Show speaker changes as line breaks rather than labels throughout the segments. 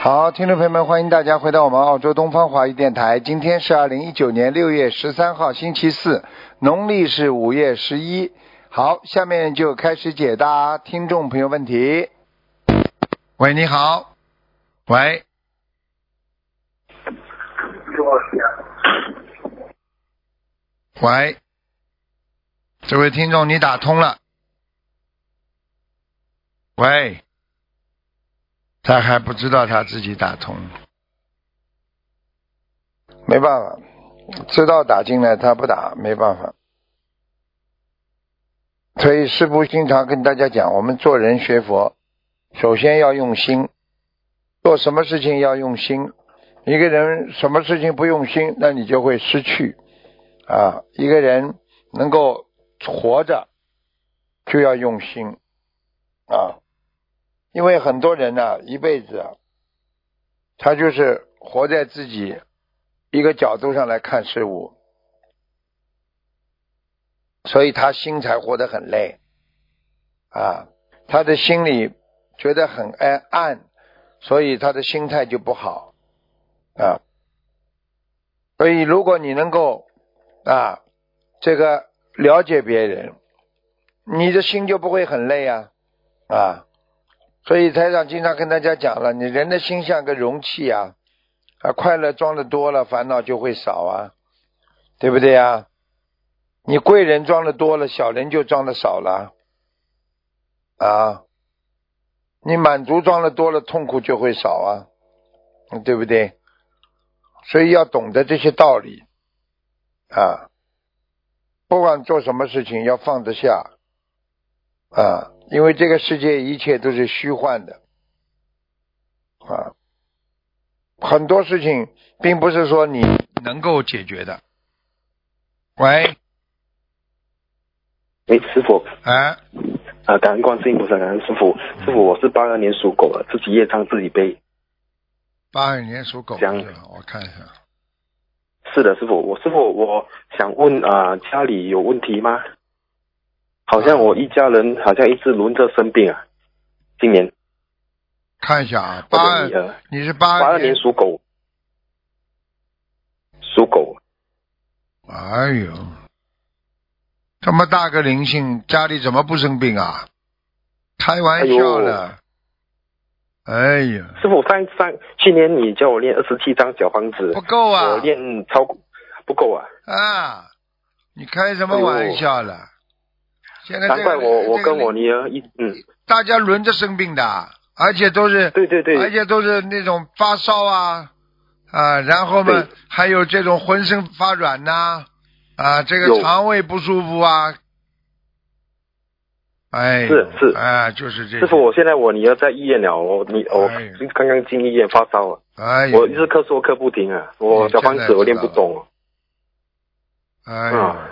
好，听众朋友们，欢迎大家回到我们澳洲东方华语电台。今天是二零一九年六月十三号，星期四，农历是五月十一。好，下面就开始解答听众朋友问题。喂，你好。喂，喂，这位听众，你打通了。喂，他还不知道他自己打通，没办法，知道打进来他不打，没办法。所以师父经常跟大家讲，我们做人学佛，首先要用心，做什么事情要用心。一个人什么事情不用心，那你就会失去。啊，一个人能够活着，就要用心啊，因为很多人呢、一辈子啊，他就是活在自己一个角度上来看事物，所以他心才活得很累啊，他的心里觉得很暗暗，所以他的心态就不好啊。所以，如果你能够啊，这个了解别人，你的心就不会很累啊啊。所以台长经常跟大家讲了，你人的心像个容器啊，啊，快乐装的多了，烦恼就会少啊，对不对啊？你贵人装的多了，小人就装的少了啊。你满足装的多了，痛苦就会少啊，嗯对不对？所以要懂得这些道理。啊，不管做什么事情要放得下啊，因为这个世界一切都是虚幻的啊，很多事情并不是说你能够解决的。喂，
哎，师傅
啊，
啊，感恩观世音菩萨，感恩师傅。师傅，我是八二年属狗的，自己业障自己背。
八二年属狗
讲
是吧？我看一下，
是的，师傅，我师傅，我想问啊、呃家里有问题吗？好像我一家人好像一直轮着生病啊。今年
看一下啊，
我
八
的女
二，
儿，
你是八
八
二
二年属狗，属狗，
哎呦，这么大个灵性，家里怎么不生病啊？开玩笑呢！哎呀，
师傅上上去年你叫我练二十七张小方子
不，够
我
啊！
练超过不够啊，
啊，你开什么玩笑了？现在这
哎
个
难怪我我
这个
跟我女儿一嗯，
大家轮着生病的，而且都是
对对对，
而且都是那种发烧啊啊，然后呢
对
还有这种浑身发软呐啊这个
有
肠胃不舒服啊，哎，
是是
啊，就是这
师傅，我现在我女儿在医院了，我你我
哎
刚刚进医院发烧啊，
哎呦，
我一直咳嗽咳不停啊，我
嗯
小房
现在知
子
道
我练不懂。
哎呦
啊，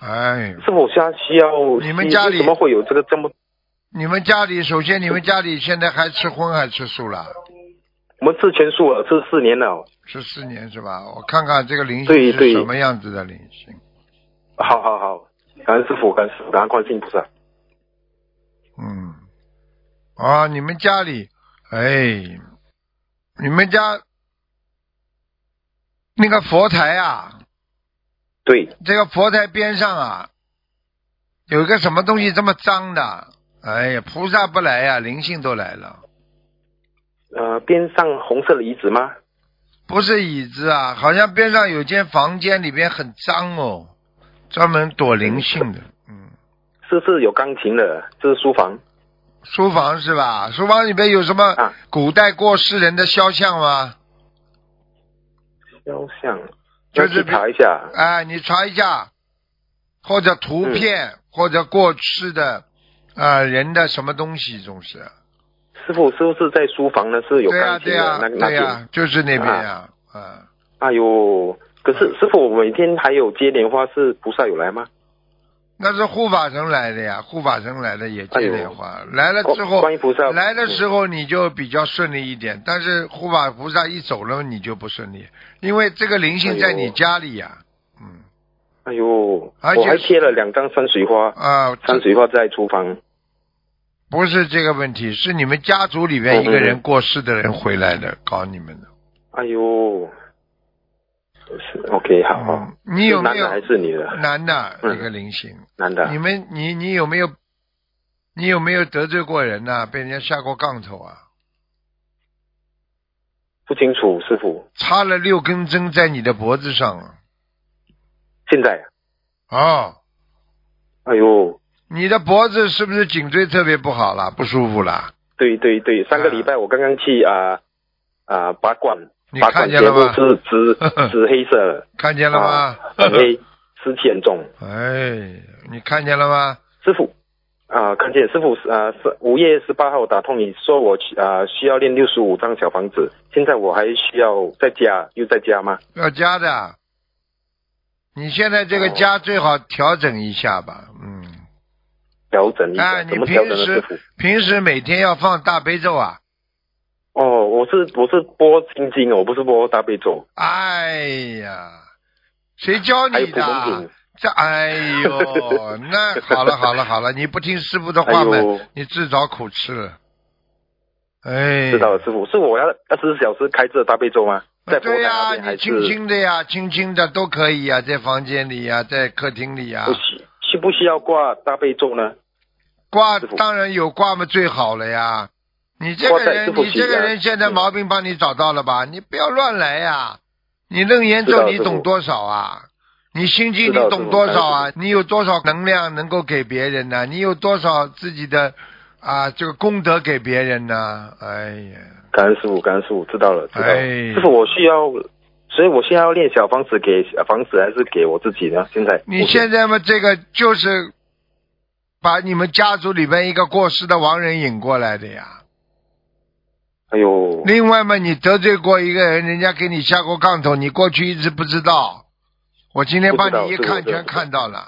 哎呦，
师傅，现在需要
你们家里
为什么会有这个这么？
你们家里首先你们家里现在还吃荤还吃素啦？
我们吃全素了，吃啊四年了。
十四年是吧？我看看这个灵
对
性是
对
什么样子的灵性。
好好好，感恩师傅，感恩师傅，感恩观世音菩萨。
嗯，啊，你们家里，哎，你们家那个佛台啊，
对，
这个佛台边上啊，有一个什么东西这么脏的？哎呀，菩萨不来呀、灵性都来了。
呃，边上红色的椅子吗？
不是椅子啊，好像边上有间房间，里边很脏哦，专门躲灵性的。嗯，
是是有钢琴的，这是书房
书房是吧？书房里边有什么
啊，
古代过世人的肖像吗？
雕像。
就是
要去查一下，
哎，你查一下，或者图片，
嗯
或者过世的啊、人的什么东西总是。
师傅是不是在书房呢？是有
对呀、
钢琴
对
的、
呀、
那那
对呀、啊
边。
就是那边呀、啊，
哎呦，可是师傅，我每天还有接莲花，是菩萨有来吗？
那是护法神来的呀，护法神来的也接
哎呦
莲花，来了之后
观观音菩萨
来的时候你就比较顺利一点，但是护法菩萨一走了你就不顺利，因为这个灵性在你家里呀、嗯
哎呦，
而且
我还贴了两张山水画，
啊，这
山水画在厨房。
不是这个问题，是你们家族里边一个
嗯嗯
人
嗯
过世的人回来的，搞你们的。
哎呦，是 OK 好，好
嗯，你有没
哦是男的
有
还是女的？啊
男的
嗯
一个灵性？
男的
你，们你你有没有你有没有得罪过人呐、被人家下过杠头啊？
不清楚，师傅。
插了六根针在你的脖子上啊！
现在啊，
哦，
哎呦，
你的脖子是不是颈椎特别不好啦？不舒服啦？
对对对，上个
啊
礼拜我刚刚去啊啊拔罐，
你
拔罐
看
结
见了
果
吗？
是紫 紫黑色的，
看见了吗
啊？很黑，湿气很重。
哎，你看见了吗？
师傅啊，看见师傅啊，是五月十八号打通你说我去啊需要练六十五张小房子，现在我还需要在家又在家吗？
要加的。啊你现在这个家最好调整一下吧，嗯。
调整一下，
哎，
怎
你
么
平
调整呢，师
时
傅？
平时每天要放大悲咒啊！
哦，我是我是播心经哦，我不是播大悲咒，
哎呀，谁教
还有
你
普通
的
品？。
这哎 呦，那好了好了好了，你不听师傅的话
哎
们，
呦
你自找苦吃了。哎，
知道了，师傅，是我要二十四小时开着大悲咒吗？在佛台
对呀、
那边还
你
是
轻轻的呀，轻轻的都可以呀，在房间里呀，在客厅里呀
不，需需不需要挂大悲咒呢？
挂
师傅
当然有挂嘛最好了呀。你这
挂
个
在师
人，
傅
你
膝
这个
下
人现在
嗯
毛病帮你找到了吧？你不要乱来呀！你楞严
知
咒
道
你
师
懂
傅
多少啊？你心经
知道
你
师
懂
傅
多
哎
少啊？你有多少能量能够给别人呢、你有多少自己的啊这个功德给别人呢、哎呀，
感恩师傅，感恩师傅，知道了，知道了。
哎
师傅，我需要，所以我现在要练小房子给小房子还是给我自己呢？现在
你现在嘛，这个就是把你们家族里边一个过世的亡人引过来的呀。
哎呦，
另外嘛，你得罪过一个人，人家给你下过杠头，你过去一直不知道。我今天帮你一看
不知道
全看到了，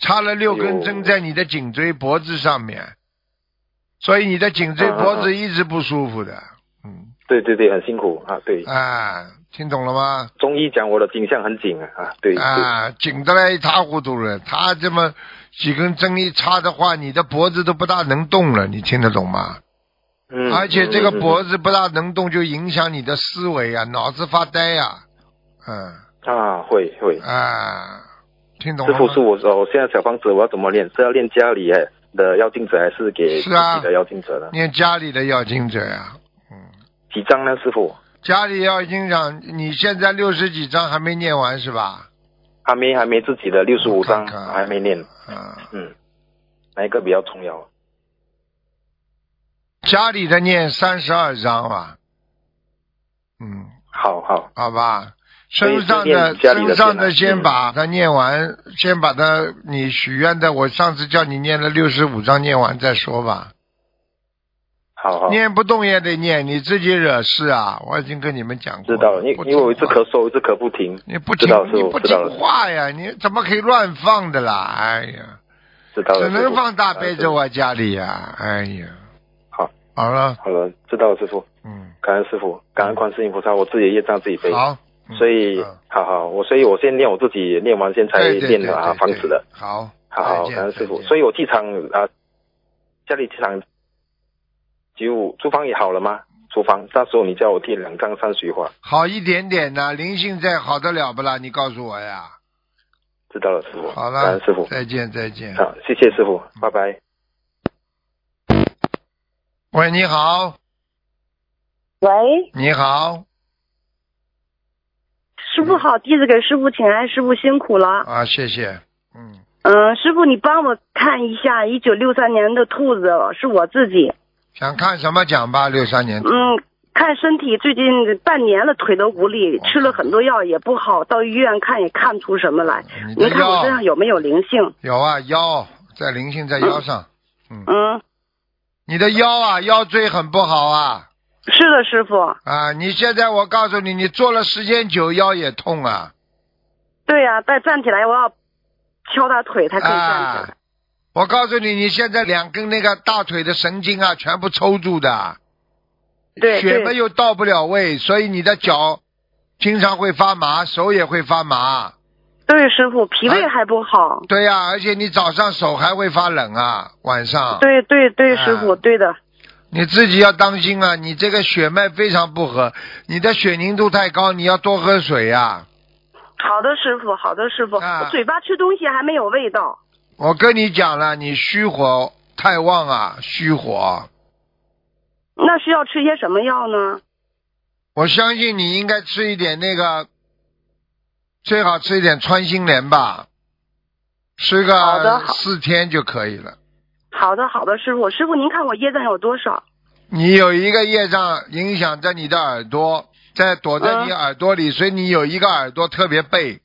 插了六根
哎
针
呦
在你的颈椎脖子上面，所以你的颈椎
嗯嗯
脖子
嗯
一直不舒服的。嗯，
对对对，很辛苦啊，对，
啊，听懂了吗？
中医讲我的颈项很紧啊，啊，对对，
啊，紧得来一塌糊涂了。他这么几根针一插的话，你的脖子都不大能动了，你听得懂吗？
嗯，
而且这个
嗯
脖子不大能动，就影响你的思维啊，脑子发呆呀、啊，
嗯嗯啊，会会
嗯，啊，听懂
师
了
傅是
吗？
我说，我现在小房子我要怎么练？是要练家里的妖精者，还是给自
是啊
己的妖精者呢？
念家里的要经者呀、
几张呢，师傅？
家里要经上，你现在六十几章还没念完是吧？
还没还没自己的六十五张
我看看
还没练，
啊，
嗯，哪一个比较重要？
家里的念三十二章吧，嗯，
好好，
好吧，
所以
身上
是念
的
家里
身
的
上
先
的
啊
先
嗯
把它念完，先把它你许愿的，我上次叫你念了六十五章念完再说吧。
好好。
念不动也得念，你自己惹事啊！我已经跟你们讲过
知道了，因
不听
因为我一直
话
咳嗽，一直咳不停，
你不
知
听
道师
你
傅
不
知道了
听话呀，你怎么可以乱放的啦？哎呀，
知道了。
只
师
能
傅
放大悲咒。
啊
啊，家里呀、哎呀，
好，
好了
师，傅好了，知道了，师傅，
嗯，
感恩师傅，感恩观世音菩萨，我自己的业障自己背。
好，嗯
所以
嗯，哎
好好，我所以我先念我自己，念完先才
对对
练
对
啊
对哎
房子的
对。好，
好好，
再见
感恩师傅。
再见
所以我气场啊，家里气场就厨房也好了吗？厨房那时候你叫我贴两张山水画，
好一点点呐、灵性再好得了不啦？你告诉我呀。
知道了，师傅。
好
感
了
恩师傅，。
再见再见。
好，谢谢师傅，拜拜。
喂，你好，
喂，
你好
师傅好，弟子给师傅请安，师傅辛苦了。
啊，谢谢，嗯。
嗯，师傅你帮我看一下，一九六三年的兔子是我自己。
想看什么讲吧？六三年，
嗯，看身体最近半年了，腿都无力，
哦
吃了很多药也不好，到医院看也看不出什么来。
哦你
您
的
看我
腰
身上有没有灵性？
有啊，腰在灵性在腰上，
嗯，
你的腰啊，腰椎很不好啊
是的，师傅。
啊！你现在我告诉你，你坐了时间久，腰也痛啊
对呀、再站起来我要敲他腿才可以站起
啊
来。！
我告诉你，你现在两根那个大腿的神经啊，全部抽住的，
对
血嘛
对
又到不了位，所以你的脚经常会发麻，手也会发麻，
对，师傅，脾胃还不好。
对呀、而且你早上手还会发冷啊，晚上。
对对对，师傅，
嗯
对的。
你自己要当心啊，你这个血脉非常不和，你的血凝度太高，你要多喝水啊呀、
好的，师傅，好的，师傅，
啊
我嘴巴吃东西还没有味道。
我跟你讲了，你虚火太旺啊，虚火。
那需要吃些什么药呢？
我相信你应该吃一点那个，最好吃一点穿心莲吧，吃
好的
个
好
四天就可以了。
好的，好的，师傅，师傅您看我业障有多少？
你有一个业障影响着你的耳朵，在躲在你耳朵
嗯
里，所以你有一个耳朵特别背，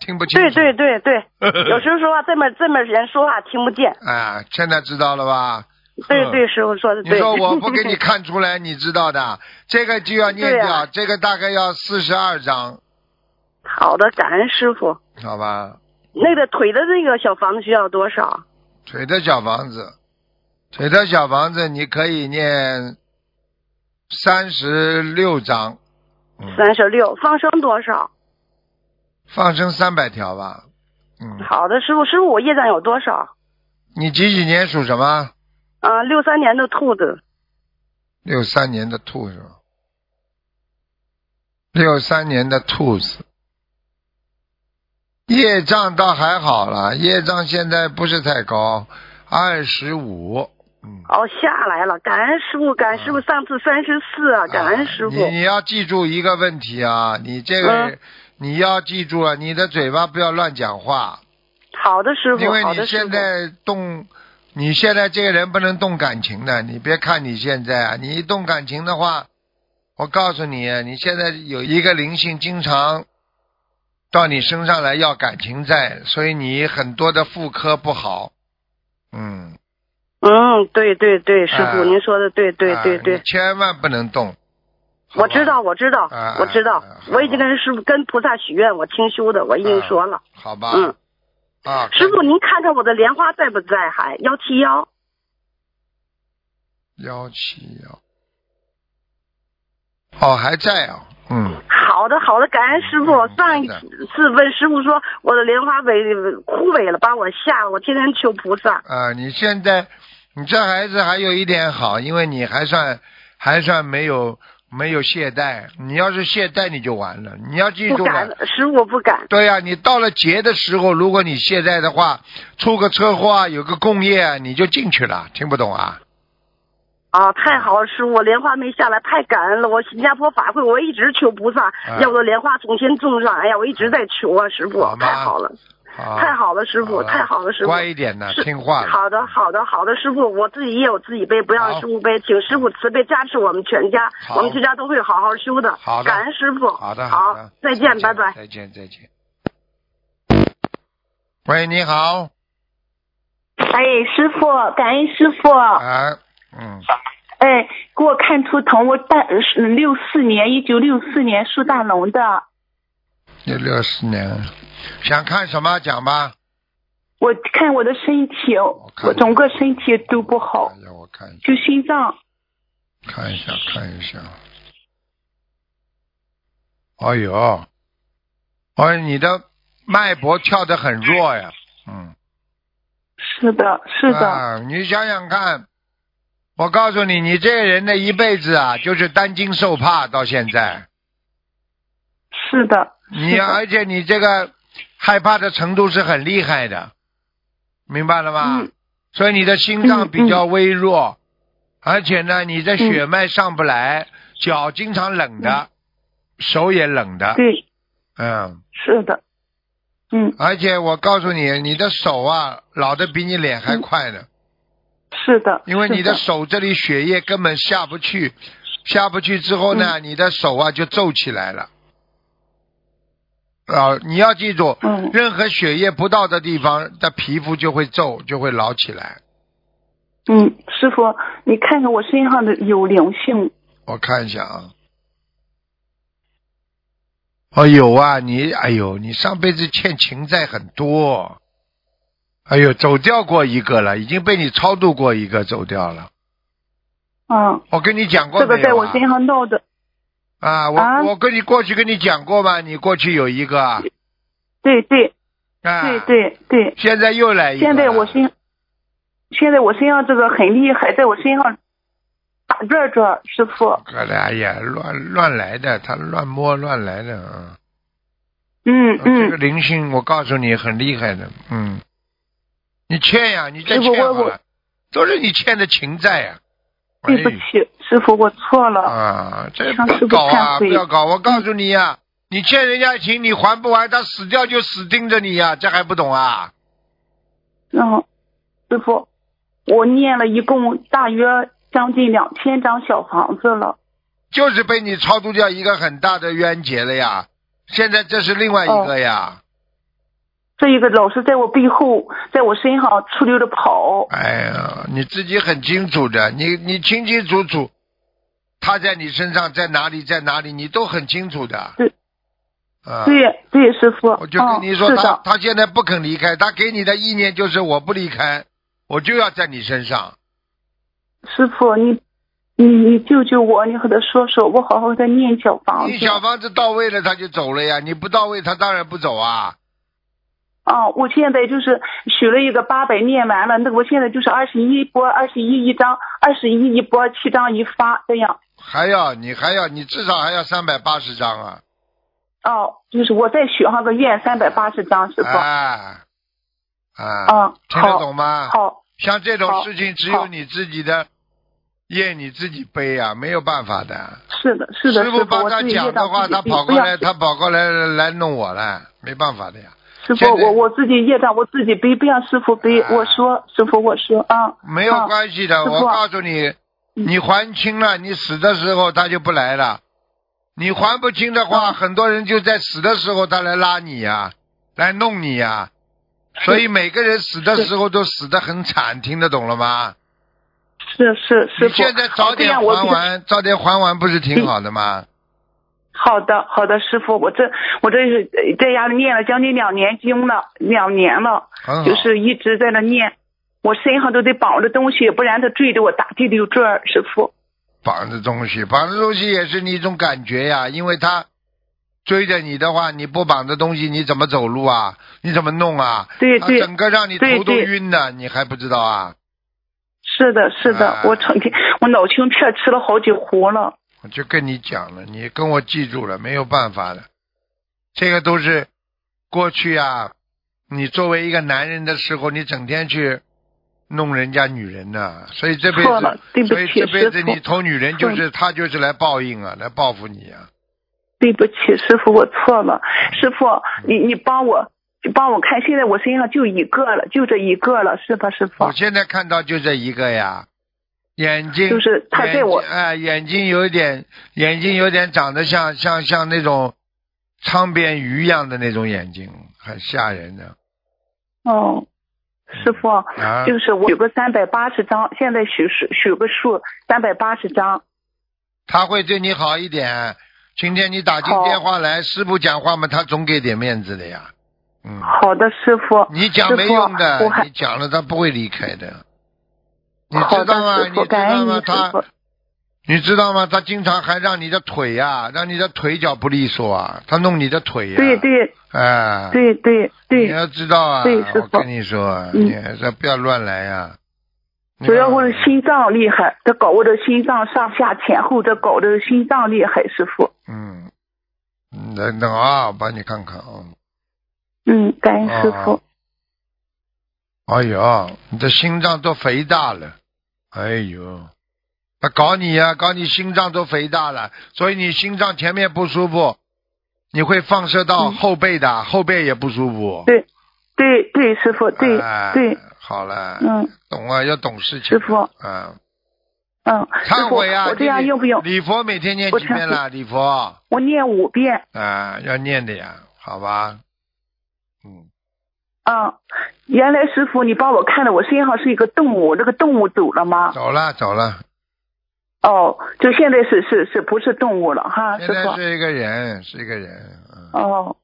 听不清
对
楚。
对对对，
对
有时候说话这么这么人说话听不见。
啊，现在知道了吧？
对
嗯
对，师傅 说的
你
对。
说我不给你看出来，你知道 的，这个就要念
对
掉，
啊
这个大概要四十二章，
好的，感恩师傅。
好吧？
那个腿的那个小房子需要多少？
腿的小房子，腿的小房子，你可以念三十六章，嗯
三十六，放生多少？
放生三百条吧。嗯，
好的，师傅，师傅我业障有多少？
你几几年属什么？
啊、6六三年的兔子。
六三年的兔是吧？六三年的兔子，业障倒还好了，业障现在不是太高，二十五。嗯，
哦，下来了，感恩师傅，感恩师傅，上次三十四啊，感恩师傅。
啊啊你你要记住一个问题啊，你这个、
嗯
你要记住啊，你的嘴巴不要乱讲话，
好的，师傅，
因为
好
你
的，师
现
傅。
在动，你现在这个人不能动感情的。你别看你现在啊，你一动感情的话，我告诉你，啊你现在有一个灵性经常到你身上来要感情债，所以你很多的妇科不好。嗯，
嗯，对对对，师傅，
啊
您说的对对
啊
对对
你，千万不能动。好吧
我知道，，我知道
啊，
我知道
啊啊，
我已经跟师傅跟菩萨许愿，我听修的，我已经
啊
说了。
好吧。
嗯，
啊，
师傅，您看看我的莲花在不在？还幺七幺，
幺七幺。哦，还在啊。嗯。
好的好的，感恩师傅。
嗯
上一
真
次问师傅说我的莲花萎枯萎了，把我吓，我天天求菩萨。
啊，你现在你这孩子还有一点好，因为你还算还算没有没有懈怠。你要是懈怠，你就完了。你要记
不
住
敢
了。，
师傅不敢。
对呀、你到了劫的时候，如果你懈怠的话，出个车祸啊，有个共业啊，你就进去了。听不懂啊？
啊，太好了，师傅，我莲花没下来，太感恩了。我新加坡法会，我一直求菩萨，要我的莲花重新种上。哎呀，我一直在求啊，师傅
啊好，吗
太好了，
啊，
太好了，师傅，
了
太好了，师傅。
乖一点呢，
是
听话了。
好的，好的，好的，师傅，我自己也有自己背，不
好
让师傅背，请师傅慈悲加持我们全家，
好
我们全家都会好好修的。
好的
感恩师傅。
好的，
好
的，，
再见，拜拜。
再见，再见。喂，你好，
哎，师傅，感恩师傅，
啊，嗯，
哎，给我看图腾，我大六四年，一九六四年属大龙的，
六六十年，想看什么讲吧？
我看我的身体，
哦看
我整个身体都不好
哎，呀，我看一下，
就心脏，
看一下，看一下。哎呦，哎，你的脉搏跳得很弱呀，嗯，
是的，是的，
啊，你想想看，我告诉你，你这个人的一辈子啊，就是担惊受怕到现在，
是的，
你哎 而且你这个害怕的程度是很厉害的，明白了吗？
嗯
所以你的心脏
嗯
比较微弱，而且呢，你的血脉上不来，脚经常冷的，手也冷的，
嗯对，
嗯，
是的，嗯，
而且我告诉你，你的手啊老的比你脸还快
嗯
呢，
是的，
因为你的
是
手这里血液根本下不去，下不去之后
嗯
呢，你的手啊就皱起来了。啊，你要记住，
嗯
任何血液不到的地方的皮肤就会皱，就会老起来。
嗯，师傅，你看看我身上的有灵性，
我看一下啊。哦，有啊，你哎呦，你上辈子欠情债很多，哎呦，走掉过一个了，已经被你超度过一个，走掉了。
嗯，
我跟你讲过
这
没有、
个
啊？
在我身上闹的，
啊，我
啊
我跟你过去跟你讲过吧，你过去有一个啊
对对
啊，
对。对对，
现在又来一啊个了。
现在我身，现在我身上这个很厉害，在我身上打转转，师傅，
可能哎呀，乱乱来的，他乱摸乱来的啊。
嗯
这个
嗯，
灵性，我告诉你，很厉害的，嗯。你欠呀，你再
师
欠
傅哎我
好了，都是你欠的情债呀、哎
对不起，师傅我错了，
啊，这
上
不
次不
搞啊，
忏
不
悔嗯
要搞！我告诉你呀、你欠人家情，你还不还，他死掉就死盯着你呀、这还不懂啊？
然后嗯师傅，我念了一共大约将近两千张小房子了，
就是被你超度掉一个很大的冤结了呀！现在这是另外一个
哦
呀，
这一个老是在我背后，在我身上出溜的跑，
哎呀，你自己很清楚的，你你清清楚楚，他在你身上在哪里在哪里，你都很清楚的。
对。
啊。
对对，师傅，
我就跟你说，
嗯、是
他
的，
他现在不肯离开，他给你的意念就是我不离开，我就要在你身上。
师傅你。你你救救我！你和他说说，我好好的念小房子。
你小房子到位了，他就走了呀。你不到位，他当然不走啊。
啊，我现在就是许了一个八百，念完了，那个我现在就是二十一波，二十一一张，二十一一波，七张一发这样。
还要你还要你至少还要三百八十张啊！
哦，就是我再许上个愿，三百八十张，师傅。
哎，啊，
嗯，
听得
好，
懂吗？
好，
像这种
好
事情，只
好
有你自己的业你自己背啊，没有办法的。
是的，是的，
师
师
傅
傅，
帮
我
他
自己
讲
业
的
障
话，
自己
他
背
跑
不
过
要
来，
紧
他跑过来来弄我了，没办法的呀。
师
现
傅，
在
我我自己业障我自己背，不让师傅背。
啊
我说，师傅，我说啊，
没有
啊
关系的，
师
我
傅嗯
告诉你，你还清了，你死的时候他就不来了。你还不清的话，很多人就在死的时候他来拉你呀、来弄你呀、所以每个人死的时候都死得很惨，听得懂了吗？
是是，师
你
傅，
现在早
这
点
样我嗯
还
这个
完，早点还完不是挺好的吗？
好的，好的，师傅，我这我这是呃在家里念了将近两年经了，两年了，
很好，
就是一直在那念，我身上都得绑着东西，不然他追着我打地溜转儿。师傅，
绑着东西，绑着东西也是你一种感觉呀，因为他追着你的话，你不绑着东西，你怎么走路啊？你怎么弄啊？
对
他
对
整个让你
对
头都
对
晕了，你还不知道啊？
是的，是的，
啊
我成天我脑青雀吃了好几壶了，
我就跟你讲了，你跟我记住了，没有办法的，这个都是过去啊。你作为一个男人的时候，你整天去弄人家女人呐、所以这辈
错了对
子，
不
所以
起
这辈子
师嗯傅
你偷女人就
错
是他就是来报应啊，来报复你啊。
对不起，师傅，我错了，师傅，你你帮我。帮我看，现在我身上就一个了，就这一个了，是吧，师傅
我？现在看到就这一个呀，眼睛
就是他对我
眼睛哎，眼睛有一点，眼睛有点长得像像像那种昌边鱼一样的那种眼睛，很吓人的
哦，师傅，
啊。
就是我有个三百八十张，现在许是许个数三百八十张。
他会对你好一点。今天你打进
好
电话来，师傅讲话嘛，他总给点面子的呀。嗯，
好的，师傅。
你讲
师
没
傅
用的
我，还
你讲了他不会离开的，你
好
知
的，
道吗？
师
你
傅，
知
感
道
恩你
吗？
师
他
傅。
你知道吗？他经常还让你的腿呀、让你的腿脚不利索啊，他弄你的腿呀、
对，对
哎，，
对对
你
对，
要知道啊，
对师
我
傅
跟你说啊，
嗯
你还是不要乱来啊呀、你
主要我的心脏厉害，他搞我的心脏上下前后，这搞的心脏厉害，师傅。
嗯，嗯等等啊，我帮你看看啊。
嗯，感恩师
哦
傅。
哎呦，你的心脏都肥大了，哎呦，他搞你呀、搞你心脏都肥大了，所以你心脏前面不舒服，你会放射到
嗯
后背的，后背也不舒服。
对对对，师傅，对
哎
对，，
好了，
嗯
懂啊，要懂事情。
师傅
嗯，
嗯，师
忏
傅，
悔啊！
我这样
你
用不用？
礼佛每天念几遍啦？礼佛啊、
我念五遍。
要念的呀，好吧？嗯，
嗯，原来师傅，你帮我看的，我身上是一个动物，这个动物走了吗？
走了走了，
哦，就现在是是是不是动物了哈，
现
师
在
傅？
是一个人，是一个人，嗯，
哦，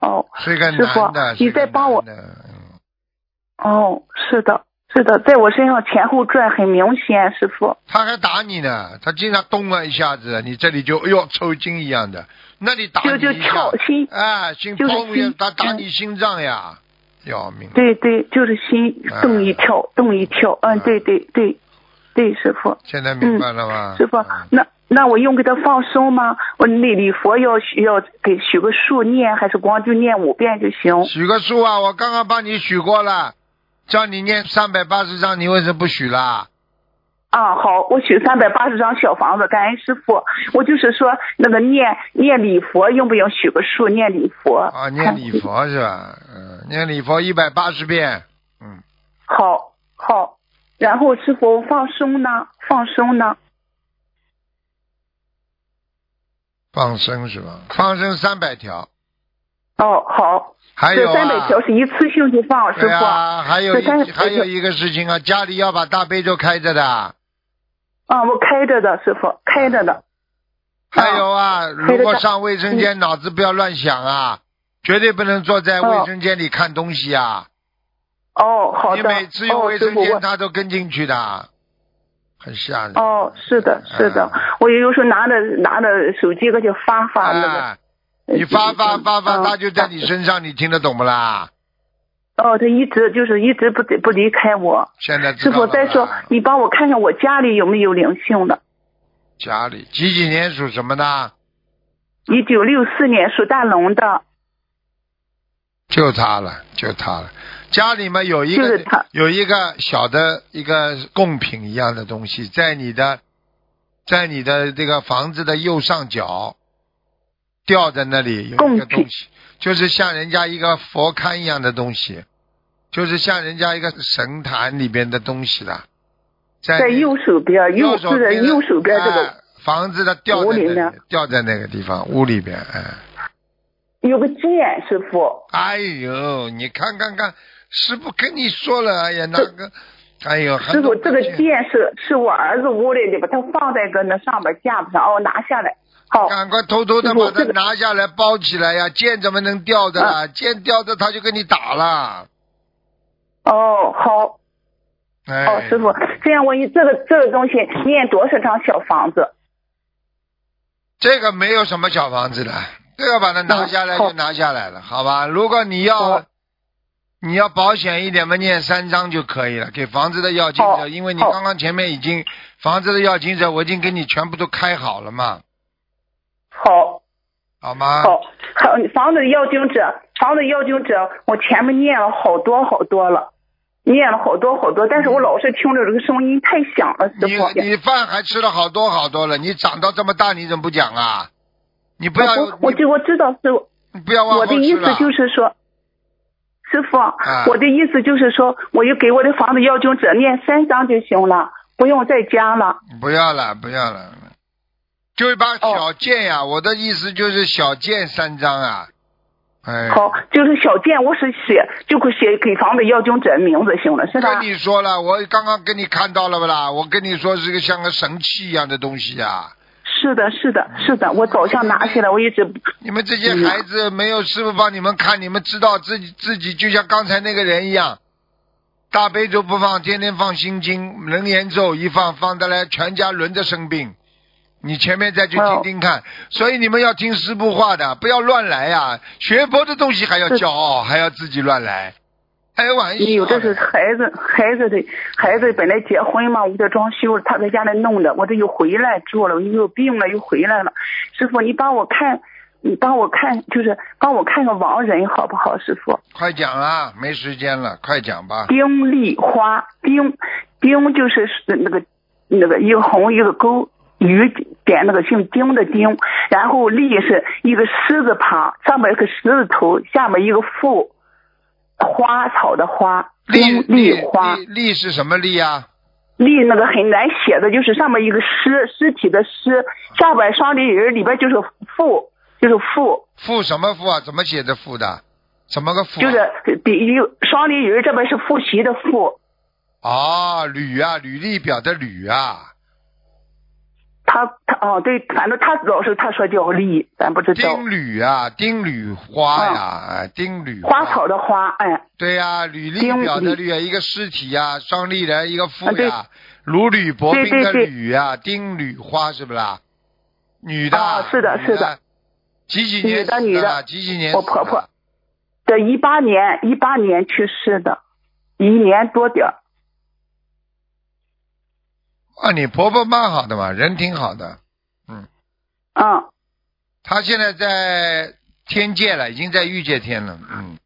哦
是一个
师傅
男的，
你
是一个
再帮我
男的嗯
哦，是的，是的，在我身上前后转很明显，师傅。
他还打你呢，他经常咚啊一下子，你这里就哎呦抽筋一样的，那里打你
就
一下
就跳心，
哎，心
就是
砰呀
心，
打打
嗯
你心脏呀，要命！
对对，就是心
啊
动一跳，动一跳，嗯，
啊
对对对，对，师傅，
现在明白了吗？
师傅
嗯，
那那我用给他放生吗？我那礼佛要许要给许个数念，还是光就念五遍就行？
许个数啊，我刚刚帮你许过了，叫你念三百八十章，你为什么不许啦？
啊，好，我许三百八十张小房子，感恩师傅。我就是说那个念念礼佛，用不用许个数念礼佛？
啊，念礼佛是吧？嗯，念礼佛一百八十遍，嗯，
好好，然后师傅放松呢？放松呢？
放生是吧？放生三百条，
哦，好，
还有
这
啊，
三百条是一次性就放，师
对
傅。
啊，还有
这三
一
百条
还有一个事情啊，家里要把大悲咒开着的，
啊，我开着的，师傅，开着的。
还有啊，如
开着
果
的
上卫生间脑子不要乱想啊，绝对不能坐在卫
哦
生间里看东西啊，
哦，好
你
的。
每次用
哦
卫
师
生
傅
间
我
他都跟进去的，很吓人。
哦，是的，是的，
啊
我有时候拿着拿着手机搁去发发那个。呃
啊，你发发发发，
嗯
他就在你身上，你听得懂不啦？
哦，他一直就是一直不得不离开我。
现在知
师
道
傅，
了吧啊
再说，你帮我看看我家里有没有灵性的？
家里几几年属什么的？
一九六四年属大龙的，
就他了，就他了。家里面有一个
就是他
有一个小的一个贡品一样的东西，在你的在你的这个房子的右上角吊在那里有一
贡
个
品
东西，就是像人家一个佛龛一样的东西，就是像人家一个神坛里边的东西了，在
在
哎你
右手边，右
手
就在
边的
右手边
哎
这个
房子的吊
屋
在
里
那里
面，
吊在那个地方屋里边，哎。
有个剑，师傅。
哎呦，你看看看，师傅跟你说了，哎呀，那个，哎呦，还
师傅，
弄不
这个
见
剑是是我儿子屋里的吧？他放在个那上边架子上，哦，拿下来。好，
赶快偷偷的
师傅
把它
这个啊
拿下来包起来呀！剑怎么能掉的啦？剑掉的他就跟你打了。
哦，好，
哎，
哦，师傅，这样我一这个这个东西念多少张小房子？
这个没有什么小房子的，这个把它拿下来
嗯好哦
就拿下来了，好吧？如果你要
好
你要保险一点嘛，念三张就可以了，给房子的要经者，
好
因为你
好
刚刚前面已经房子的要经者我已经给你全部都开好了嘛，
好，
好吗？
好，好，房子的要经者，房子的要经者，我前面念了好多好多了，念了好多好多，但是我老是听着这个声音太响了，师
嗯你
傅。
你饭还吃了好多好多了，你长到这么大你怎么不讲啊？你不要
我我
你
知我知道师傅，
你不要往后
我的意
吃
思
了。啊
就是说，师傅，我的意思就是说，我就给我的房子要求者念三张就行了，不用再加了。
不要了，不要了，就是把小剑
哦
呀、我的意思就是小剑三张啊。哎，
好，就是小件，我是写就会写给房子要求者名字行了，是吧
跟？你说了，我刚刚跟你看到了不啦？我跟你说是个像个神器一样的东西啊！
是的，是
嗯
的，是的，我早上拿起来，我一直
你们这
嗯
些孩子没有师傅帮你们看，你们知道自己自己就像刚才那个人一样，大悲咒不放，天天放心经，楞严咒一放，放得来全家轮着生病。你前面再去听听看，所以你们要听师傅话的，不要乱来呀、学佛的东西还要
是
骄傲，还要自己乱来，开玩笑的。
哎呦，这是孩子，孩子的孩子本来结婚嘛，我在装修，他在家里弄的，我这又回来住了，又有病了，又回来了。师傅，你帮我看，你帮我看，就是帮我看个亡人好不好？师傅，
快讲啊，没时间了，快讲吧。
丁丽花，丁丁就是那个那个一个红一个勾。鱼点那个姓丁的丁，然后丽是一个狮子旁，上面一个狮子头，下面一个腹，花草的花，
丽
丁
丽
花。
丽丽是什么丽啊？
立那个很难写的，就是上面一个尸尸体的尸，下边双立人，里边就是父，就是父，
父什么父啊？怎么写的父的？怎么个父、啊？
就是比喻双立人这边是复习的复，
哦啊，履啊，履历表的履啊，
他他哦对，反正他老是他说叫栗，咱不知道。
丁铝啊，丁铝花呀，哎丁铝
啊花草的花，哎，
对呀、履历
丁
表的
履
履啊，一个尸体呀、双立人一个
啊
妇
对
呀、如履薄
对
冰的
对对
履啊，丁履花是不啦？女的，
啊是的
女
是的，
几几年
女的
死
女的
啦几几年死
我
的？
婆婆在一八年一八年去世的，一年多点儿
啊，你婆婆蛮好的嘛，人挺好的，
嗯，
她现在在天界了，已经在欲界天了，嗯，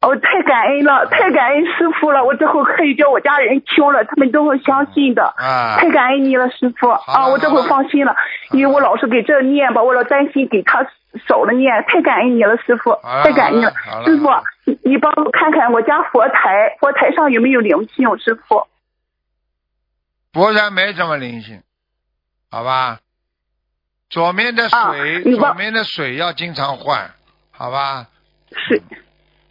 哦，太感恩了，太感恩师傅了，我之后可以叫我家人听了，他们都会相信的。
啊，
太感恩你了，师傅
好
啊！
了
我这回
好了
放心了，因为我老是给这念吧，我老担心给他少了念，太感恩你了，师傅
好了，
太感恩你了
好了好了，
师傅啊
好了，
你你帮我看看我家佛台，佛台上有没有灵性，师傅？
佛山没什么灵性，好吧？左面的水，
啊你帮
左面的水要经常换，好吧？
是，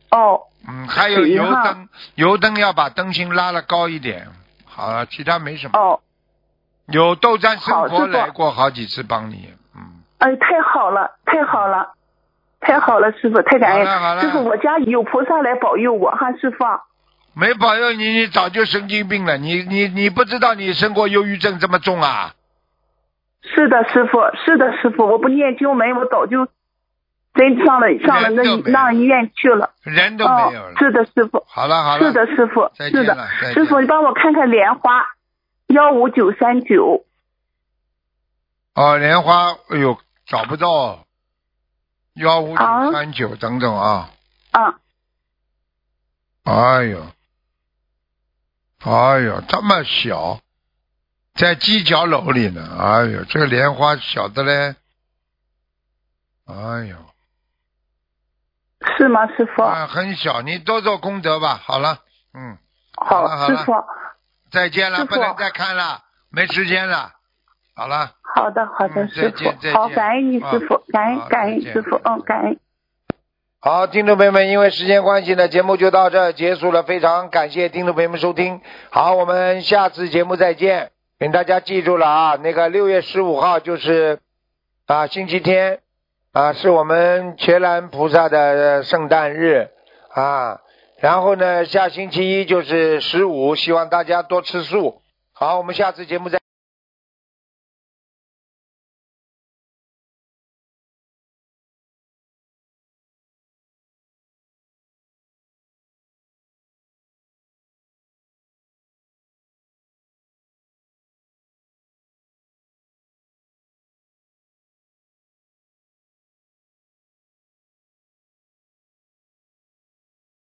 哦，
嗯，还有
水
油
哈
灯，油灯要把灯芯拉了高一点。好了，其他没什么。
哦，
有斗战胜
好
佛
师傅
来过好几次帮你，嗯，
哎，太好了，太好了，太好了，师傅，太感
好了好了
恩，师傅，我家有菩萨来保佑我哈，师傅，
没保佑你，你早就神经病了。你你你不知道你生过忧郁症这么重啊？
是的，师傅，是的，师傅，我不念经文，我早就真上了上了那
人都没有
那医院去了。
人都
哦
没有了。，
是的，师傅，
好了好了。
是。的，师傅，
再
是
见了
的
再见，
师傅，你帮我看看莲花幺五九三九，
哦，莲花，哎呦，找不到，幺五九三九等等啊。
啊，
哎呦，哎呦，这么小，在犄角楼里呢。哎呦，这个莲花小的嘞。哎呦，
是吗，师傅？
啊，很小，你多做功德吧。好了，嗯，好
好
了好，
师
了
傅，
再见了，
师傅
不能再看了，没时间了。好了，
好的好
嗯
的，师
再见再
傅，好，
见
感恩你，
啊
师傅，感
好
恩感恩
再见
师傅，嗯，感恩。
好，听众朋友们，因为时间关系呢，节目就到这儿结束了。非常感谢听众朋友们收听，好，我们下次节目再见。请大家记住了啊，那个六月十五号就是啊星期天啊，是我们伽蓝菩萨的呃圣诞日啊。然后呢，下星期一就是十五，希望大家多吃素。好，我们下次节目再。